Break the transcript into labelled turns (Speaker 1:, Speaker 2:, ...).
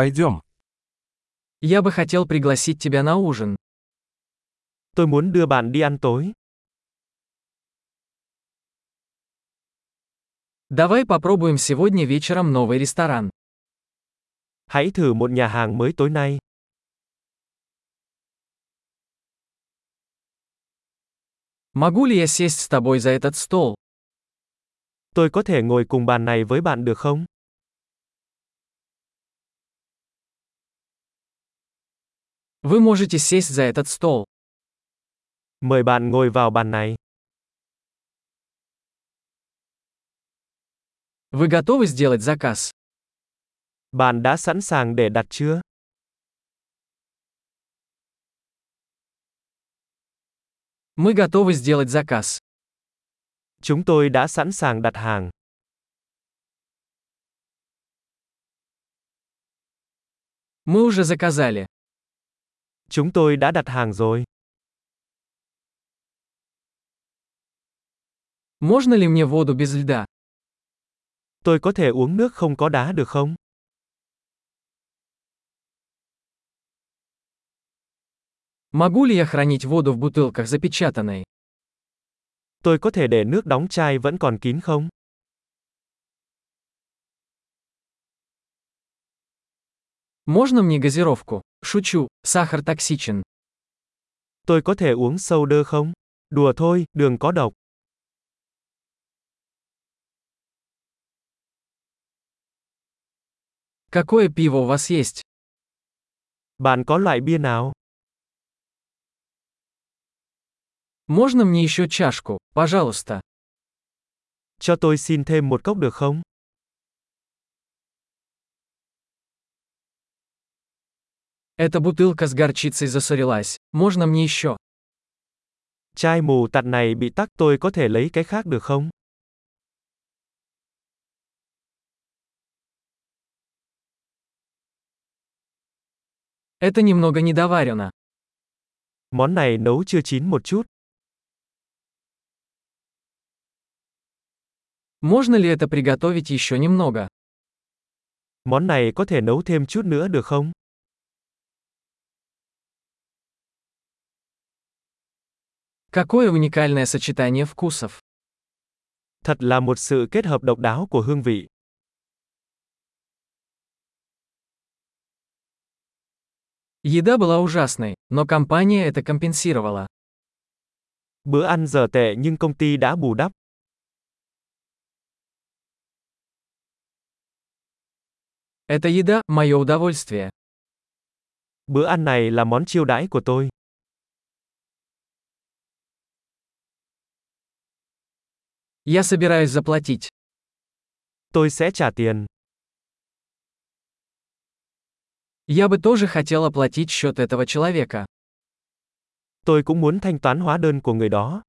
Speaker 1: Пойдем.
Speaker 2: Я бы хотел пригласить тебя на ужин.
Speaker 3: Tôi muốn đưa bạn đi ăn tối.
Speaker 2: Давай попробуем сегодня вечером новый ресторан.
Speaker 3: Hãy thử một nhà hàng mới tối nay.
Speaker 2: Могу ли я сесть с тобой за этот стол?
Speaker 3: Tôi có thể ngồi cùng bàn này với bạn được không?
Speaker 2: Вы можете сесть за этот стол.
Speaker 3: Mời bạn ngồi vào bàn này.
Speaker 2: Вы готовы сделать заказ?
Speaker 3: Bạn đã sẵn sàng để đặt chưa?
Speaker 2: Мы готовы сделать заказ.
Speaker 3: Chúng tôi đã sẵn sàng đặt hàng.
Speaker 2: Мы уже заказали.
Speaker 3: Chúng tôi đã đặt hàng rồi.
Speaker 2: Можно ли мне воду без льда?
Speaker 3: Tôi có thể uống nước không có đá được không?
Speaker 2: Могу ли я хранить воду в бутылках запечатанной?
Speaker 3: Tôi có thể để nước đóng chai vẫn còn kín không?
Speaker 2: Можно мне газировку? Шучу, сахар токсичен.
Speaker 3: Tôi có thể uống soda không? Đùa thôi, đường có độc.
Speaker 2: Какое пиво у вас есть?
Speaker 3: Bạn có loại bia nào?
Speaker 2: Можно мне еще чашку, пожалуйста?
Speaker 3: Cho tôi xin thêm một cốc được không?
Speaker 2: Эта бутылка с горчицей засорилась. Можно мне еще?
Speaker 3: Chai mù tạt này bị tắc tôi có thể lấy cái khác được không?
Speaker 2: Это немного недоварено.
Speaker 3: Món này nấu chưa chín một chút.
Speaker 2: Можно ли это приготовить еще немного?
Speaker 3: Món này có thể nấu thêm chút nữa được không?
Speaker 2: Какое уникальное сочетание вкусов.
Speaker 3: Thật là một sự kết hợp độc đáo của hương vị.
Speaker 2: Еда была ужасной, но компания это компенсировала.
Speaker 3: Bữa ăn giờ tệ nhưng công ty đã bù đắp.
Speaker 2: Эта еда – мое удовольствие.
Speaker 3: Bữa ăn này là món chiêu đãi của tôi.
Speaker 2: Я собираюсь заплатить.
Speaker 3: Tôi sẽ trả tiền.
Speaker 2: Я бы тоже хотел оплатить счет этого человека.
Speaker 3: Tôi cũng muốn thanh toán hóa đơn của người đó.